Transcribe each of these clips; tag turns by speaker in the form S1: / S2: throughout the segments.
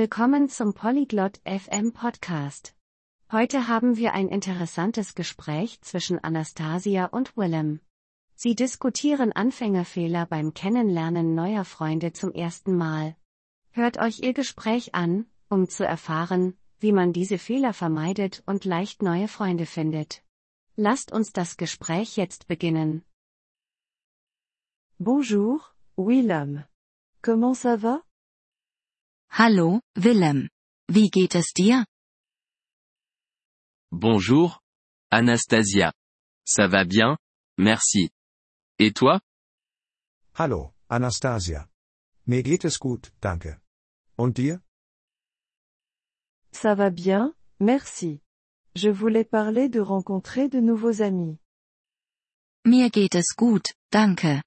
S1: Willkommen zum Polyglot FM Podcast. Heute haben wir ein interessantes Gespräch zwischen Anastasia und Willem. Sie diskutieren Anfängerfehler beim Kennenlernen neuer Freunde zum ersten Mal. Hört euch ihr Gespräch an, um zu erfahren, wie man diese Fehler vermeidet und leicht neue Freunde findet. Lasst uns das Gespräch jetzt beginnen.
S2: Bonjour, Willem. Comment ça va?
S3: Hallo, Willem. Wie geht es dir?
S4: Bonjour, Anastasia. Ça va bien? Merci. Et toi?
S5: Hallo, Anastasia. Mir geht es gut, danke. Und dir?
S2: Ça va bien, merci. Je voulais parler de rencontrer de nouveaux amis.
S3: Mir geht es gut, danke.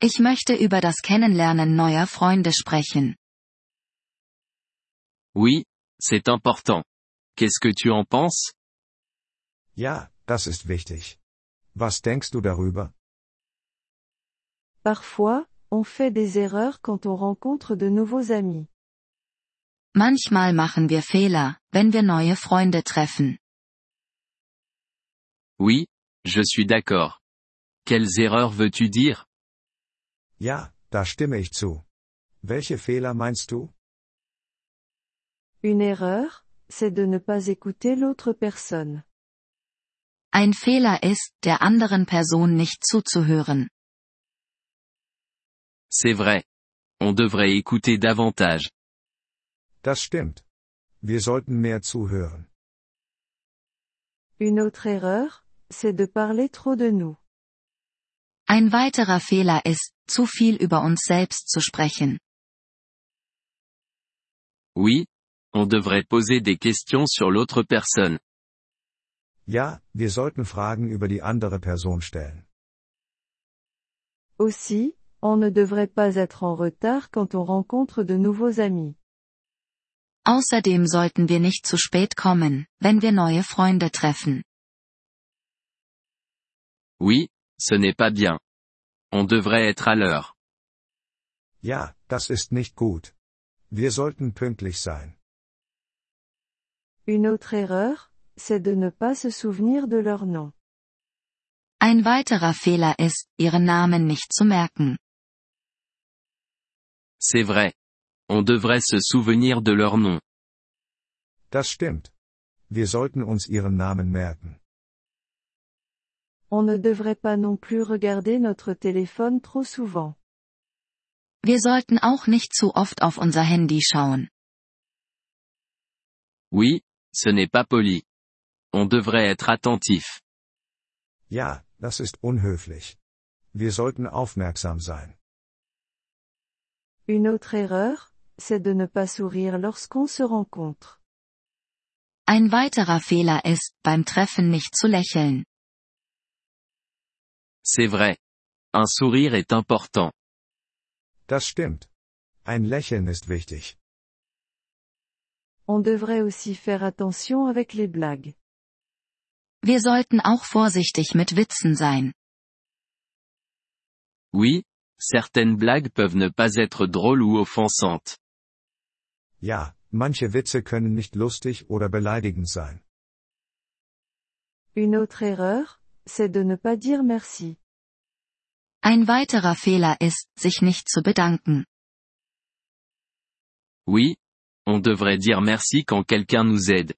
S3: Ich möchte über das Kennenlernen neuer Freunde sprechen.
S4: Oui, c'est important. Qu'est-ce que tu en penses?
S5: Ja, das ist wichtig. Was denkst du darüber?
S2: Parfois, on fait des erreurs quand on rencontre de nouveaux amis.
S3: Manchmal machen wir Fehler, wenn wir neue Freunde treffen.
S4: Oui, je suis d'accord. Quelles erreurs veux-tu dire?
S5: Ja, da stimme ich zu. Welche Fehler meinst du?
S2: Une erreur, c'est de ne pas écouter l'autre personne.
S3: Ein Fehler ist, der anderen Person nicht zuzuhören.
S4: C'est vrai. On devrait écouter davantage.
S5: Das stimmt. Wir sollten mehr zuhören.
S2: Une autre erreur, c'est de parler trop de nous.
S3: Ein weiterer Fehler ist, zu viel über uns selbst zu sprechen.
S4: Oui, on devrait poser des questions sur l'autre personne.
S5: Ja, wir sollten Fragen über die andere Person stellen.
S2: Aussi, on ne devrait pas être en retard quand on rencontre de nouveaux amis.
S3: Außerdem sollten wir nicht zu spät kommen, wenn wir neue Freunde treffen.
S4: Oui, ce n'est pas bien. On devrait être à l'heure.
S5: Ja, das ist nicht gut. Wir sollten pünktlich sein.
S2: Une autre erreur, c'est de ne pas se souvenir de leur nom.
S3: Ein weiterer Fehler ist, ihren Namen nicht zu merken.
S4: C'est vrai. On devrait se souvenir de leur nom.
S5: Das stimmt. Wir sollten uns ihren Namen merken.
S2: On ne devrait pas non plus regarder notre téléphone trop souvent.
S3: Wir sollten auch nicht zu oft auf unser Handy schauen.
S4: Oui, ce n'est pas poli. On devrait être attentif.
S5: Ja, das ist unhöflich. Wir sollten aufmerksam sein.
S2: Une autre erreur, c'est de ne pas sourire lorsqu'on se rencontre.
S3: Ein weiterer Fehler ist, beim Treffen nicht zu lächeln.
S4: C'est vrai. Un sourire est important.
S5: Das stimmt. Ein Lächeln ist wichtig.
S2: On devrait aussi faire attention avec les blagues.
S3: Wir sollten auch vorsichtig mit Witzen sein.
S4: Oui, certaines blagues peuvent ne pas être drôles ou offensantes.
S5: Ja, manche Witze können nicht lustig oder beleidigend sein.
S2: Une autre erreur, c'est de ne pas dire merci.
S3: Ein weiterer Fehler ist, sich nicht zu bedanken.
S4: Oui, on devrait dire merci quand quelqu'un nous aide.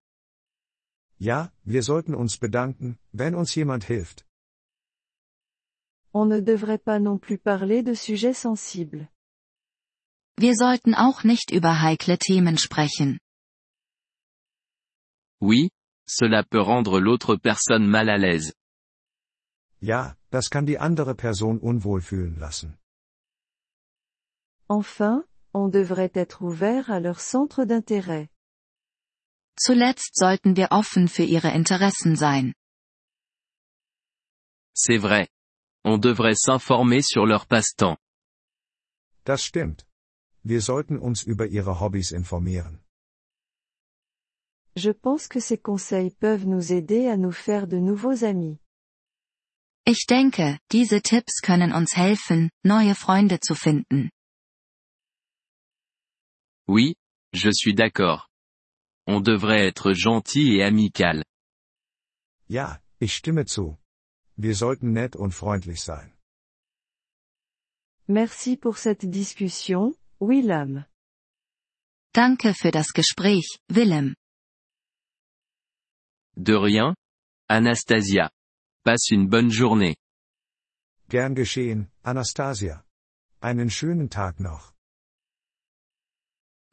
S5: Ja, wir sollten uns bedanken, wenn uns jemand hilft.
S2: On ne devrait pas non plus parler de sujets sensibles.
S3: Wir sollten auch nicht über heikle Themen sprechen.
S4: Oui, cela peut rendre l'autre personne mal à l'aise.
S5: Ja, das kann die andere Person unwohl fühlen lassen.
S2: Enfin, on devrait être ouvert à leur centre d'intérêt.
S3: Zuletzt sollten wir offen für ihre Interessen sein.
S4: C'est vrai. On devrait s'informer sur leur passe-temps.
S5: Das stimmt. Wir sollten uns über ihre Hobbys informieren.
S2: Je pense que ces conseils peuvent nous aider à nous faire de nouveaux amis.
S3: Ich denke, diese Tipps können uns helfen, neue Freunde zu finden.
S4: Oui, Je suis d'accord. On devrait être gentil et amical.
S5: Ja, ich stimme zu. Wir sollten nett und freundlich sein.
S2: Merci pour cette discussion, Willem.
S3: Danke für das Gespräch, Willem.
S4: De rien. Anastasia. Passe une bonne journée.
S5: Gern geschehen, Anastasia. Einen schönen Tag noch.